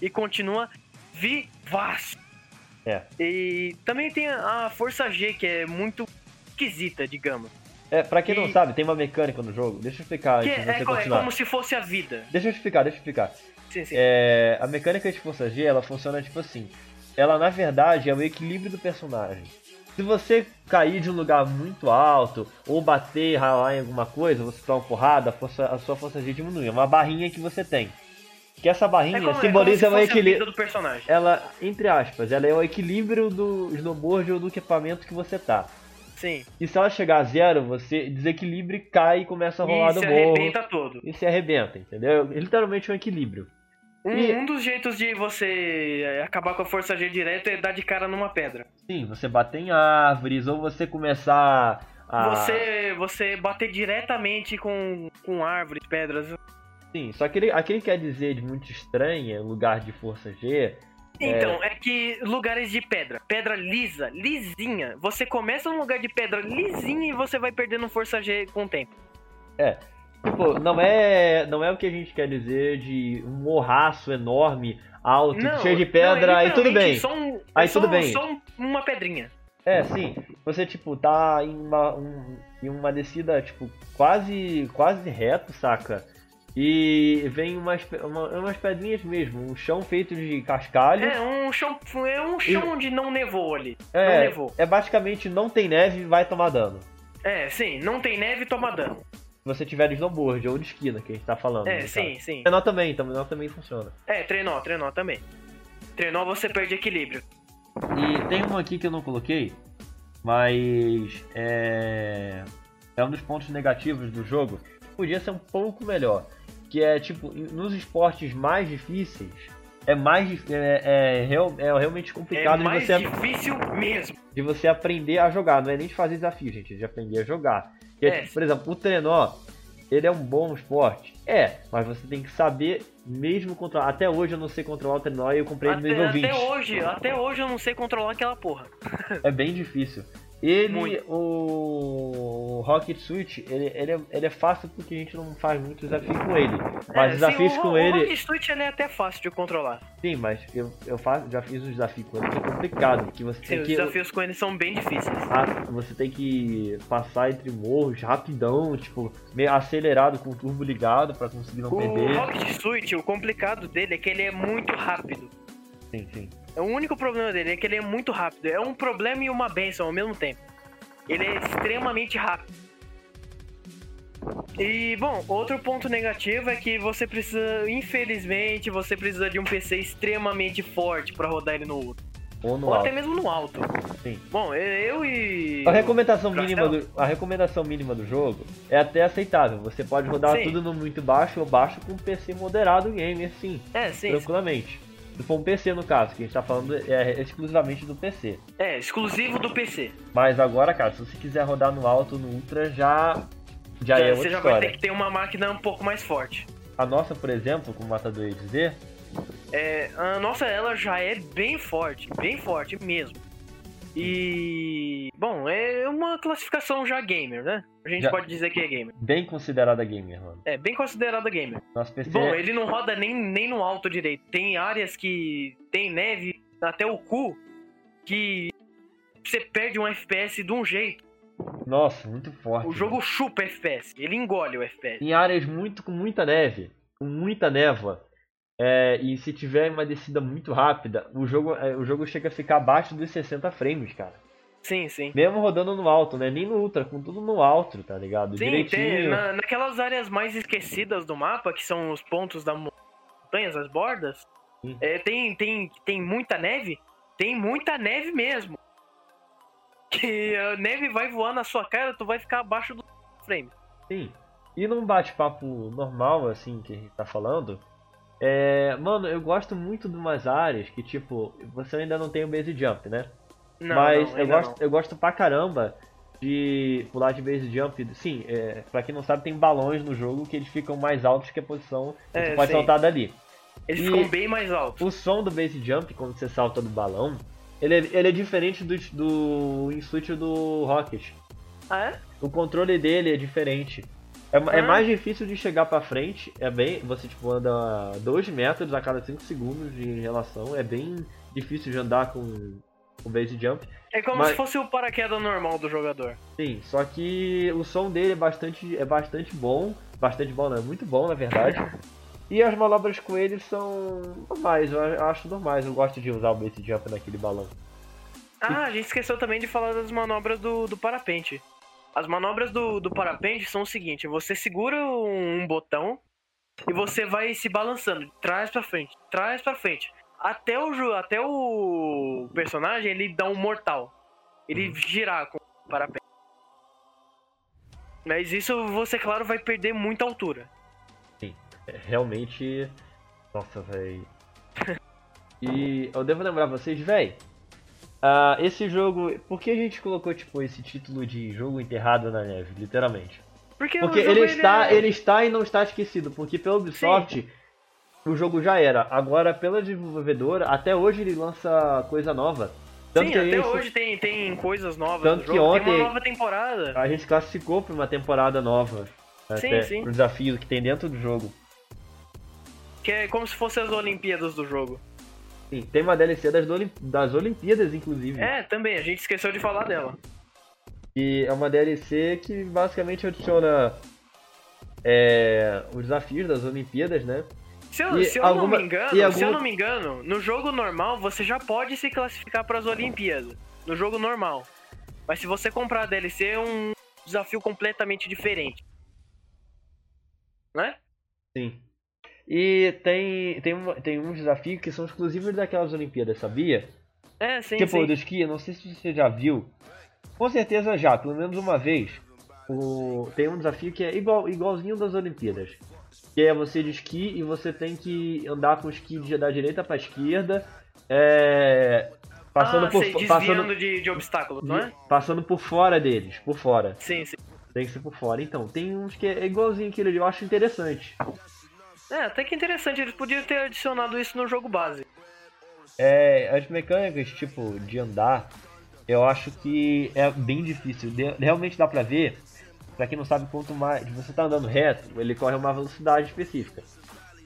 [SPEAKER 2] e continua vivaço.
[SPEAKER 1] É.
[SPEAKER 2] E também tem a a força G, que é muito esquisita, digamos.
[SPEAKER 1] É, pra quem não
[SPEAKER 2] E-
[SPEAKER 1] sabe, tem uma mecânica no jogo. Deixa eu explicar
[SPEAKER 2] Que
[SPEAKER 1] antes de
[SPEAKER 2] é,
[SPEAKER 1] você
[SPEAKER 2] é co- é
[SPEAKER 1] continuar.
[SPEAKER 2] como se fosse a vida.
[SPEAKER 1] Deixa eu explicar, deixa eu explicar.
[SPEAKER 2] Sim, sim.
[SPEAKER 1] É, a mecânica de força G, ela funciona tipo assim. Ela na verdade é o equilíbrio do personagem. Se você cair de um lugar muito alto ou bater e ralar em alguma coisa, você tomar uma porrada, a, força- a sua força G diminui. É uma barrinha que você tem. Que essa barrinha
[SPEAKER 2] É como-
[SPEAKER 1] simboliza um
[SPEAKER 2] como
[SPEAKER 1] o
[SPEAKER 2] se fosse um a
[SPEAKER 1] equilíbrio.
[SPEAKER 2] vida do personagem.
[SPEAKER 1] Ela, entre aspas, ela é o equilíbrio do snowboard ou do equipamento que você tá.
[SPEAKER 2] Sim.
[SPEAKER 1] E se ela chegar a zero, você desequilibra e cai e começa a rolar
[SPEAKER 2] E se
[SPEAKER 1] do morro.
[SPEAKER 2] arrebenta todo.
[SPEAKER 1] E se arrebenta, entendeu? É literalmente um equilíbrio.
[SPEAKER 2] Um,
[SPEAKER 1] E-
[SPEAKER 2] um dos jeitos de você é, acabar com a força G direto é dar de cara numa pedra.
[SPEAKER 1] Sim, você bater em árvores, ou você começar a.
[SPEAKER 2] Você, você bater diretamente com, com árvores, pedras.
[SPEAKER 1] É. Sim, só que ele, aquele quer dizer de muito estranha, lugar de força G.
[SPEAKER 2] Então, é que lugares de pedra. Pedra lisa, lisinha. Você começa num lugar de pedra lisinha e você vai perdendo força G com o tempo.
[SPEAKER 1] Tipo, não é, não é o que a gente quer dizer de um morraço enorme, alto, cheio de pedra,
[SPEAKER 2] não, é
[SPEAKER 1] aí tudo bem.
[SPEAKER 2] literalmente Só um,
[SPEAKER 1] Aí
[SPEAKER 2] é só
[SPEAKER 1] tudo
[SPEAKER 2] um-
[SPEAKER 1] bem.
[SPEAKER 2] Só um- uma pedrinha.
[SPEAKER 1] É, sim. Você, tipo, tá em uma, um- em uma descida, tipo, quase, quase reto, saca? E vem umas, pe- uma- umas pedrinhas mesmo, um chão feito de cascalho.
[SPEAKER 2] É um chão, é um chão onde não nevou ali.
[SPEAKER 1] É,
[SPEAKER 2] Não nevou.
[SPEAKER 1] é basicamente não tem neve, vai tomar dano.
[SPEAKER 2] É, sim, não tem neve, toma dano.
[SPEAKER 1] se você tiver de snowboard ou de esquina, que a gente tá falando.
[SPEAKER 2] É,
[SPEAKER 1] no
[SPEAKER 2] sim,
[SPEAKER 1] caso.
[SPEAKER 2] sim.
[SPEAKER 1] Trenó também, trenó também funciona.
[SPEAKER 2] É, trenó, trenó também. Trenó você perde equilíbrio.
[SPEAKER 1] E tem um aqui que eu não coloquei, mas é. É um dos pontos negativos do jogo. Podia ser um pouco melhor. Que é tipo, nos esportes mais difíceis, é mais dif- é, é, real- é realmente
[SPEAKER 2] É
[SPEAKER 1] complicado
[SPEAKER 2] mais
[SPEAKER 1] de, você,
[SPEAKER 2] difícil mesmo.
[SPEAKER 1] de você aprender a jogar. Não é nem de fazer desafio, gente, é de aprender a jogar. Porque, tipo,
[SPEAKER 2] É.
[SPEAKER 1] Por exemplo, o trenó, ele é um bom esporte. É, mas você tem que saber mesmo controlar. Até hoje eu não sei controlar o trenó e eu comprei ele no
[SPEAKER 2] Até,
[SPEAKER 1] nível 20.
[SPEAKER 2] até hoje, até hoje eu não sei controlar aquela porra.
[SPEAKER 1] É bem difícil. Ele,
[SPEAKER 2] Muito.
[SPEAKER 1] o Rocket Switch, ele, ele, é, ele é fácil porque a gente não faz muito desafio com ele.
[SPEAKER 2] É,
[SPEAKER 1] Mas desafios
[SPEAKER 2] sim, o,
[SPEAKER 1] com
[SPEAKER 2] o
[SPEAKER 1] ele.
[SPEAKER 2] Rocket Switch ele é até fácil de controlar.
[SPEAKER 1] Sim, mas eu, eu faço, já fiz um desafio com ele que é complicado. Que você
[SPEAKER 2] Sim,
[SPEAKER 1] tem
[SPEAKER 2] os
[SPEAKER 1] que.
[SPEAKER 2] desafios com ele são bem difíceis.
[SPEAKER 1] a- você tem que passar entre morros rapidão, tipo, meio acelerado com o turbo ligado pra conseguir não
[SPEAKER 2] O
[SPEAKER 1] perder.
[SPEAKER 2] Rocket Switch, o complicado dele é que ele é muito rápido.
[SPEAKER 1] Sim, sim.
[SPEAKER 2] É O único problema dele é que ele é muito rápido. É um problema e uma benção ao mesmo tempo. Ele é extremamente rápido. E bom, outro ponto negativo é que você precisa, infelizmente, você precisa de um PC extremamente forte pra rodar ele no outro.
[SPEAKER 1] Ou no
[SPEAKER 2] Ou até
[SPEAKER 1] alto.
[SPEAKER 2] mesmo no alto.
[SPEAKER 1] Sim.
[SPEAKER 2] Bom, eu eu e.
[SPEAKER 1] A recomendação,
[SPEAKER 2] Marcelo?
[SPEAKER 1] mínima do, a recomendação mínima do jogo é até aceitável. Você pode rodar
[SPEAKER 2] Sim.
[SPEAKER 1] tudo no muito baixo ou baixo com um PC moderado game, assim.
[SPEAKER 2] É, sim.
[SPEAKER 1] tranquilamente. Se for um PC no caso, que a gente tá falando é exclusivamente do PC.
[SPEAKER 2] É, exclusivo do PC.
[SPEAKER 1] Mas agora, cara, se você quiser rodar no alto, no Ultra, já já, é
[SPEAKER 2] você
[SPEAKER 1] outra
[SPEAKER 2] já vai
[SPEAKER 1] história.
[SPEAKER 2] ter que ter uma máquina um pouco mais forte.
[SPEAKER 1] A nossa, por exemplo, como o Matador ia dizer,
[SPEAKER 2] É, a nossa, ela já é bem forte, bem forte mesmo. E. Bom, é uma classificação já gamer, né? A gente
[SPEAKER 1] Já.
[SPEAKER 2] pode dizer que é gamer.
[SPEAKER 1] bem considerada gamer, mano.
[SPEAKER 2] É, bem considerada gamer.
[SPEAKER 1] Nosso PC
[SPEAKER 2] Bom,
[SPEAKER 1] é
[SPEAKER 2] ele não roda nem, nem no alto direito. Tem áreas que tem neve até o cu que você perde um FPS de um jeito.
[SPEAKER 1] nossa, muito forte.
[SPEAKER 2] O jogo
[SPEAKER 1] mano.
[SPEAKER 2] chupa FPS, ele engole o FPS.
[SPEAKER 1] em áreas muito com muita neve, com muita névoa. é, e se tiver uma descida muito rápida, o jogo, é, o jogo chega a ficar abaixo dos 60 frames, cara.
[SPEAKER 2] Sim, sim.
[SPEAKER 1] Mesmo rodando no alto, né? Nem no ultra, com tudo no alto, tá ligado?
[SPEAKER 2] Sim,
[SPEAKER 1] Direitinho.
[SPEAKER 2] tem, né? na- naquelas áreas mais esquecidas do mapa, que são os pontos das montanhas, as bordas,
[SPEAKER 1] Sim.
[SPEAKER 2] é, tem, tem, tem muita neve, tem muita neve mesmo. Que a neve vai voar na sua cara, tu vai ficar abaixo do frame.
[SPEAKER 1] Sim. E num bate-papo normal, assim, que a gente tá falando, é. Mano, eu gosto muito de umas áreas que, tipo, você ainda não tem o base jump, né?
[SPEAKER 2] Não,
[SPEAKER 1] Mas
[SPEAKER 2] não,
[SPEAKER 1] eu,
[SPEAKER 2] ainda
[SPEAKER 1] gosto, eu gosto pra caramba de pular de base jump. Sim, é, pra quem não sabe, tem balões no jogo que eles ficam mais altos que a posição que
[SPEAKER 2] É,
[SPEAKER 1] você pode
[SPEAKER 2] sim.
[SPEAKER 1] saltar dali.
[SPEAKER 2] não. Eles
[SPEAKER 1] e-
[SPEAKER 2] ficam bem mais altos.
[SPEAKER 1] O som do base jump, quando você salta do balão, ele é, ele é diferente do, do insuit do Rocket.
[SPEAKER 2] Ah, é?
[SPEAKER 1] O controle dele é diferente. É, ma- é
[SPEAKER 2] Ah.
[SPEAKER 1] mais difícil de chegar pra frente, é bem. Você tipo anda 2 metros a cada 5 segundos de relação, é bem difícil de andar com o base jump.
[SPEAKER 2] É como
[SPEAKER 1] Mas-
[SPEAKER 2] se fosse o paraquedas normal do jogador.
[SPEAKER 1] Sim, só que o som dele é bastante, é bastante bom, bastante bom, não, é muito bom na verdade. E as manobras com ele são normais, eu a- acho normais, eu gosto de usar o base jump naquele balão.
[SPEAKER 2] Ah, a gente esqueceu também de falar das manobras do, do parapente. As manobras do, do parapente são o seguinte: você segura um, um botão e você vai se balançando, de trás pra frente, de trás pra frente. Até o, ju- até o personagem ele dá um mortal. Ele
[SPEAKER 1] Uhum.
[SPEAKER 2] girar com o parapente. Mas isso você, claro, vai perder muita altura.
[SPEAKER 1] É, realmente. Nossa, véi. E eu devo lembrar vocês, véi. ah, esse jogo. Por que a gente colocou, tipo, esse título de jogo enterrado na neve, literalmente?
[SPEAKER 2] Porque, o
[SPEAKER 1] Porque
[SPEAKER 2] jogo,
[SPEAKER 1] ele está,
[SPEAKER 2] é-
[SPEAKER 1] ele está e não está esquecido. Porque pela Ubisoft, o jogo já era. Agora, pela desenvolvedora, até hoje ele lança coisa nova. Tanto
[SPEAKER 2] Sim,
[SPEAKER 1] que é a
[SPEAKER 2] assim, até
[SPEAKER 1] gente-
[SPEAKER 2] hoje tem, tem coisas novas.
[SPEAKER 1] Tanto
[SPEAKER 2] no
[SPEAKER 1] que
[SPEAKER 2] jogo. Tem
[SPEAKER 1] ontem-
[SPEAKER 2] uma nova temporada.
[SPEAKER 1] A gente classificou pra uma temporada nova. né,
[SPEAKER 2] Sim,
[SPEAKER 1] até,
[SPEAKER 2] sim.
[SPEAKER 1] Pro desafio que tem dentro do jogo.
[SPEAKER 2] Que é como se fossem as Olimpíadas do jogo.
[SPEAKER 1] Sim, tem uma DLC das, Olim- das Olimpíadas, inclusive.
[SPEAKER 2] É, também, a gente esqueceu de falar dela.
[SPEAKER 1] E é uma DLC que basicamente adiciona é, os desafios das Olimpíadas, né?
[SPEAKER 2] Se eu,
[SPEAKER 1] E
[SPEAKER 2] se eu
[SPEAKER 1] alguma-
[SPEAKER 2] não me engano,
[SPEAKER 1] e alguma-
[SPEAKER 2] se eu não me engano, no jogo normal você já pode se classificar para as Olimpíadas. No jogo normal. Mas se você comprar a DLC é um desafio completamente diferente. Né?
[SPEAKER 1] Sim. E tem, tem, um- tem uns desafios que são exclusivos daquelas Olimpíadas, sabia?
[SPEAKER 2] É, sim,
[SPEAKER 1] tipo,
[SPEAKER 2] sim.
[SPEAKER 1] do esqui, não sei se você já viu. Com certeza já, pelo menos uma vez. o- tem um desafio que é igual, igualzinho das Olimpíadas. Que é você de esqui e você tem que andar com o esqui de- da direita pra esquerda. É. Passando
[SPEAKER 2] ah,
[SPEAKER 1] por
[SPEAKER 2] sei,
[SPEAKER 1] fo-
[SPEAKER 2] desviando
[SPEAKER 1] passando,
[SPEAKER 2] de, de obstáculos, não é?
[SPEAKER 1] passando por fora deles, por fora.
[SPEAKER 2] Sim, sim.
[SPEAKER 1] Tem que ser por fora. Então, tem uns que é igualzinho aquele ali, eu acho interessante.
[SPEAKER 2] É, até que interessante, eles podiam ter adicionado isso no jogo base.
[SPEAKER 1] É, as mecânicas, tipo, de andar, eu acho que é bem difícil. De- realmente dá pra ver, pra quem não sabe, quanto mais você tá andando reto, ele corre uma velocidade específica.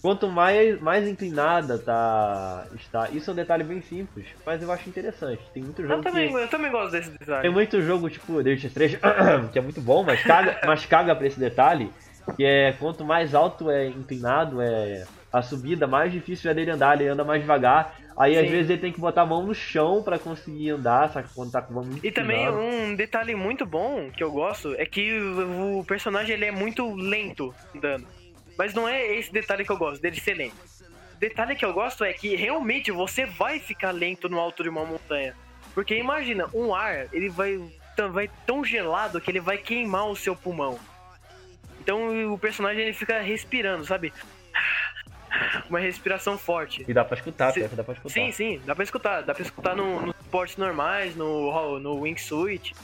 [SPEAKER 1] Quanto mais, mais inclinada tá, está. Isso é um detalhe bem simples, mas eu acho interessante. Tem muito jogo
[SPEAKER 2] Eu também,
[SPEAKER 1] que.
[SPEAKER 2] eu também gosto desse
[SPEAKER 1] Tem
[SPEAKER 2] design.
[SPEAKER 1] muito jogo tipo The Witcher 3, *coughs* que é muito bom, mas caga, *coughs* mas caga pra esse detalhe, que é quanto mais alto é inclinado, é a subida, mais difícil é dele andar, ele anda mais devagar. Aí às
[SPEAKER 2] Sim.
[SPEAKER 1] vezes ele tem que botar a mão no chão pra conseguir andar, saca? Quando tá com a mão muito
[SPEAKER 2] E também
[SPEAKER 1] inclinada.
[SPEAKER 2] um detalhe muito bom que eu gosto é que o o personagem ele é muito lento andando. Mas não é esse detalhe que eu gosto, dele ser lento. O detalhe que eu gosto é que realmente você vai ficar lento no alto de uma montanha. Porque imagina, um ar, ele vai, tão- vai tão gelado que ele vai queimar o seu pulmão. Então o personagem ele fica respirando, sabe? *sighs* Uma respiração forte.
[SPEAKER 1] E dá pra escutar,
[SPEAKER 2] um- Sim.
[SPEAKER 1] pior que dá pra escutar.
[SPEAKER 2] Sim, sim, dá pra escutar. Dá pra escutar no- nos portes normais, no, no wingsuit.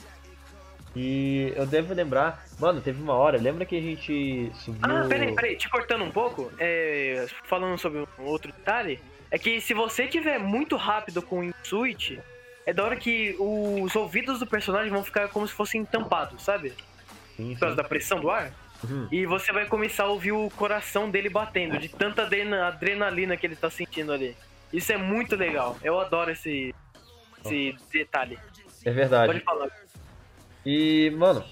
[SPEAKER 1] E eu devo lembrar, mano, teve uma hora, lembra que a gente subiu.
[SPEAKER 2] Ah, peraí, peraí, te cortando um pouco, é, falando sobre um outro detalhe, é que se você tiver muito rápido com o wingsuit, é da hora que os ouvidos do personagem vão ficar como se fossem tampados, sabe?
[SPEAKER 1] Sim,
[SPEAKER 2] Por causa
[SPEAKER 1] sim.
[SPEAKER 2] da pressão do ar.
[SPEAKER 1] Uhum.
[SPEAKER 2] E você vai começar a ouvir o coração dele batendo, de tanta adrena- adrenalina que ele tá sentindo ali. Isso é muito legal. Eu adoro esse, esse detalhe.
[SPEAKER 1] É verdade.
[SPEAKER 2] Pode falar.
[SPEAKER 1] E, mano,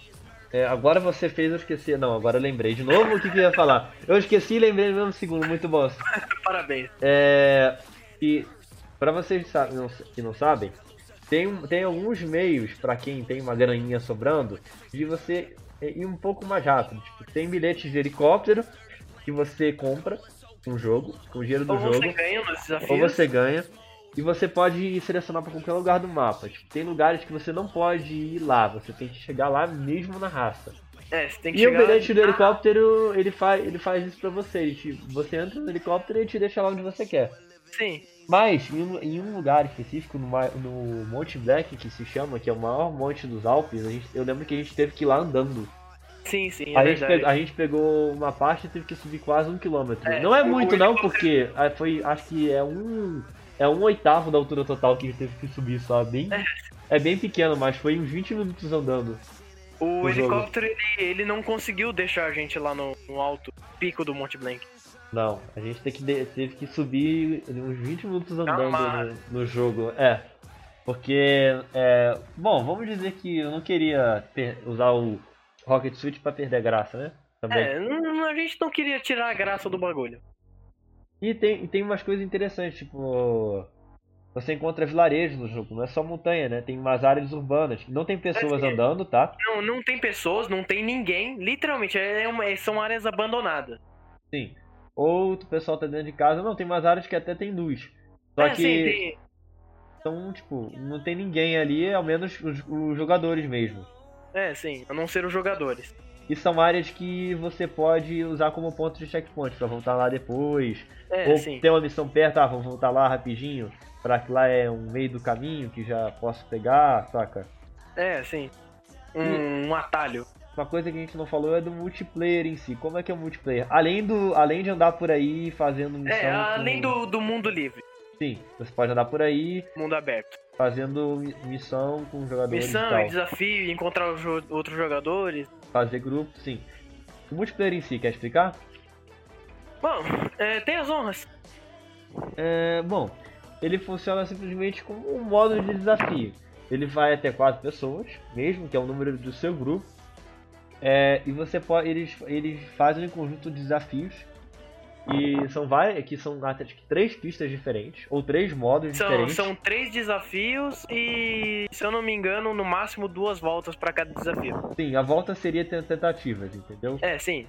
[SPEAKER 1] é, agora você fez eu esqueci. Não, agora eu lembrei de novo o que, que eu ia falar. Eu esqueci e lembrei no mesmo segundo, muito bom.
[SPEAKER 2] Parabéns.
[SPEAKER 1] É, e, pra vocês sa- não- que não sabem, tem, um- tem alguns meios pra quem tem uma graninha sobrando de você é, ir um pouco mais rápido. Tipo, tem bilhetes de helicóptero que você compra com o jogo, com o dinheiro do
[SPEAKER 2] Ou você
[SPEAKER 1] jogo,
[SPEAKER 2] ganha nos desafios.
[SPEAKER 1] ou você ganha. E você pode ir selecionar pra qualquer lugar do mapa. Tipo, tem lugares que você não pode ir lá, você tem que chegar lá mesmo na raça.
[SPEAKER 2] É, você tem que
[SPEAKER 1] E o
[SPEAKER 2] chegar...
[SPEAKER 1] bilhete do helicóptero, ele faz, ele faz isso pra você. Ele te- você entra no helicóptero e ele te deixa lá onde você quer.
[SPEAKER 2] Sim,
[SPEAKER 1] Mas, em, um- em um lugar específico, no, ma- no Monte Black, que se chama, que é o maior monte dos Alpes, a gente- eu lembro que a gente teve que ir lá andando.
[SPEAKER 2] sim, sim, é
[SPEAKER 1] a, gente
[SPEAKER 2] verdade.
[SPEAKER 1] pegou, a gente pegou uma parte e teve que subir quase um quilômetro.
[SPEAKER 2] É,
[SPEAKER 1] não é
[SPEAKER 2] o
[SPEAKER 1] muito, não,
[SPEAKER 2] helicóptero-
[SPEAKER 1] porque ah, foi, acho que é um. É um oitavo da altura total que a gente teve que subir, só bem. É bem pequeno, mas foi uns 20 minutos andando.
[SPEAKER 2] O
[SPEAKER 1] o jogo.
[SPEAKER 2] helicóptero, ele, ele não conseguiu deixar a gente lá no, no alto pico do Monte Blanc.
[SPEAKER 1] Não, a gente tem que de- teve que subir uns 20 minutos andando
[SPEAKER 2] Amado.
[SPEAKER 1] no, no jogo. É. Porque, é, bom, vamos dizer que eu não queria per- usar o Rocket Suit pra perder a graça, né? Também.
[SPEAKER 2] É, não- a gente não queria tirar a graça do bagulho.
[SPEAKER 1] E, tem, e tem umas coisas interessantes, tipo. Você encontra vilarejos no jogo, não é só montanha, né? Tem umas áreas urbanas. tipo, Não tem pessoas
[SPEAKER 2] sim.
[SPEAKER 1] andando, tá?
[SPEAKER 2] Não, não tem pessoas, não tem ninguém, literalmente, é uma- é- são áreas abandonadas.
[SPEAKER 1] Sim. Ou o pessoal tá dentro de casa. Não, tem umas áreas que até tem luz. Só
[SPEAKER 2] é,
[SPEAKER 1] que.
[SPEAKER 2] sim, tem-
[SPEAKER 1] Então, tipo, não tem ninguém ali, ao menos os, os jogadores mesmo.
[SPEAKER 2] é, sim, a não ser os jogadores.
[SPEAKER 1] E são áreas que você pode usar como ponto de checkpoint pra voltar lá depois.
[SPEAKER 2] É,
[SPEAKER 1] ou
[SPEAKER 2] sim.
[SPEAKER 1] tem uma missão perto, ah, vou voltar lá rapidinho, pra que lá é um meio do caminho que já posso pegar, saca?
[SPEAKER 2] É, sim.
[SPEAKER 1] Hum.
[SPEAKER 2] Um, um atalho.
[SPEAKER 1] Uma coisa que a gente não falou é do multiplayer em si. Como é que é o multiplayer? Além do, além de andar por aí fazendo missão.
[SPEAKER 2] É, além
[SPEAKER 1] Então, com-
[SPEAKER 2] do, do mundo livre,
[SPEAKER 1] Sim, você pode andar por aí
[SPEAKER 2] mundo aberto.
[SPEAKER 1] fazendo mi- missão com jogadores e
[SPEAKER 2] Missão
[SPEAKER 1] tal.
[SPEAKER 2] e desafio, encontrar os jo- outros jogadores.
[SPEAKER 1] Fazer grupo, sim. O multiplayer em si, quer explicar?
[SPEAKER 2] Bom, é, tem as honras.
[SPEAKER 1] É, bom, ele funciona simplesmente como um modo de desafio. Ele vai até quatro pessoas, mesmo que é o número do seu grupo. É, e você pode, eles, eles fazem um conjunto de desafios e são várias, que são até acho que três pistas diferentes ou três modos
[SPEAKER 2] São,
[SPEAKER 1] diferentes.
[SPEAKER 2] são três desafios e, se eu não me engano, no máximo duas voltas pra cada desafio.
[SPEAKER 1] Sim, a volta seria ten- tentativas, entendeu?
[SPEAKER 2] É, sim.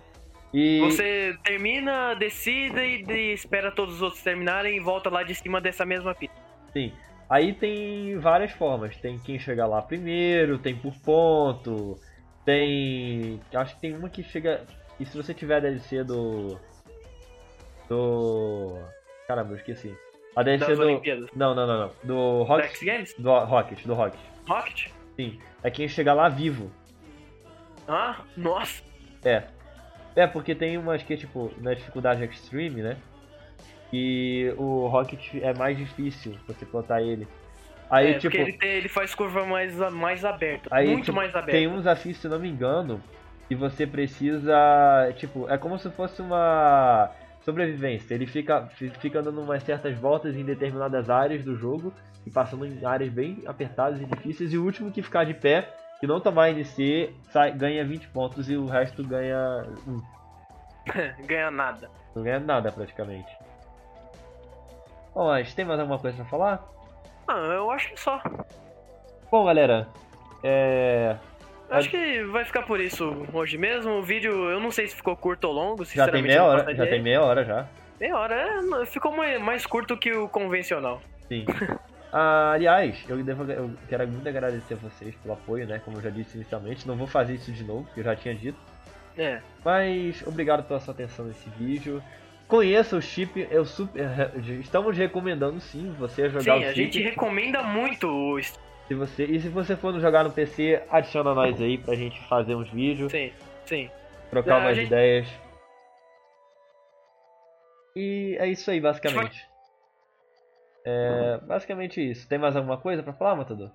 [SPEAKER 1] E
[SPEAKER 2] Você termina, decide e de- espera todos os outros terminarem e volta lá de cima dessa mesma pista.
[SPEAKER 1] sim, aí tem várias formas. Tem quem chega lá primeiro, tem por ponto, tem, acho que tem uma que chega. E se você tiver DLC do Do. Caramba, eu esqueci. A DLC
[SPEAKER 2] das
[SPEAKER 1] do.
[SPEAKER 2] Olimpíadas.
[SPEAKER 1] Não, não, não, não. Do Rocket.
[SPEAKER 2] X Games?
[SPEAKER 1] Do Rocket, do Rocket.
[SPEAKER 2] Rocket?
[SPEAKER 1] Sim. É quem chegar lá vivo.
[SPEAKER 2] Ah, nossa.
[SPEAKER 1] É. É, porque tem umas que, tipo, na dificuldade extreme, né? E o Rocket é mais difícil você botar ele. Aí,
[SPEAKER 2] é,
[SPEAKER 1] tipo,
[SPEAKER 2] porque ele, tem- ele faz curva mais, a- mais aberta.
[SPEAKER 1] Aí,
[SPEAKER 2] muito
[SPEAKER 1] tipo,
[SPEAKER 2] mais aberta.
[SPEAKER 1] tem um desafio, se não me engano, que você precisa. Tipo, é como se fosse uma sobrevivência. Ele fica, fi- fica dando umas certas voltas em determinadas áreas do jogo e passando em áreas bem apertadas e difíceis. E o último que ficar de pé, que não tomar NC, sai, ganha 20 pontos e o resto ganha. um.
[SPEAKER 2] né? Ganha nada.
[SPEAKER 1] Não ganha nada praticamente. Bom, mas tem mais alguma coisa pra falar?
[SPEAKER 2] Ah, eu acho que só.
[SPEAKER 1] Bom, galera, é.
[SPEAKER 2] Acho que vai ficar por isso hoje mesmo. O vídeo, eu não sei se ficou curto ou longo,
[SPEAKER 1] Já tem
[SPEAKER 2] sinceramente.
[SPEAKER 1] meia
[SPEAKER 2] eu não
[SPEAKER 1] hora,
[SPEAKER 2] faço
[SPEAKER 1] já
[SPEAKER 2] ideia.
[SPEAKER 1] tem meia hora já.
[SPEAKER 2] Meia hora, é, não, ficou mais, mais curto que o convencional.
[SPEAKER 1] Sim. Ah, aliás, eu, devo, eu quero muito agradecer a vocês pelo apoio, né? Como eu já disse inicialmente, não vou fazer isso de novo, que eu já tinha dito.
[SPEAKER 2] É,
[SPEAKER 1] Mas obrigado pela sua atenção nesse vídeo. Conheça o chip, eu super. *laughs* Estamos recomendando sim você jogar
[SPEAKER 2] sim,
[SPEAKER 1] o chip.
[SPEAKER 2] a gente recomenda muito o Steam.
[SPEAKER 1] Se você, e se você for jogar no PC, adiciona nós aí pra gente fazer uns vídeos,
[SPEAKER 2] Sim, sim.
[SPEAKER 1] trocar
[SPEAKER 2] É, a
[SPEAKER 1] umas
[SPEAKER 2] gente-
[SPEAKER 1] ideias. E é isso aí, basicamente. É, basicamente isso. Tem mais alguma coisa pra falar, Matador?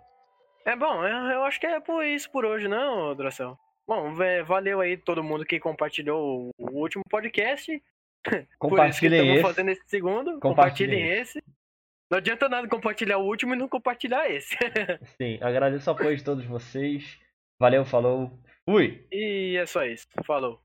[SPEAKER 2] É bom, eu, eu acho que é por isso por hoje, não, Dracel? Bom, vé, valeu aí todo mundo que compartilhou o, o último podcast. por isso que
[SPEAKER 1] Compartilhem
[SPEAKER 2] estamos
[SPEAKER 1] esse.
[SPEAKER 2] fazendo esse segundo.
[SPEAKER 1] Compartilhem
[SPEAKER 2] Compartilhem esse. Não adianta nada compartilhar o último e não compartilhar esse. *laughs*
[SPEAKER 1] Sim, agradeço o apoio de todos vocês. Valeu, falou, fui!
[SPEAKER 2] e é só isso. Falou.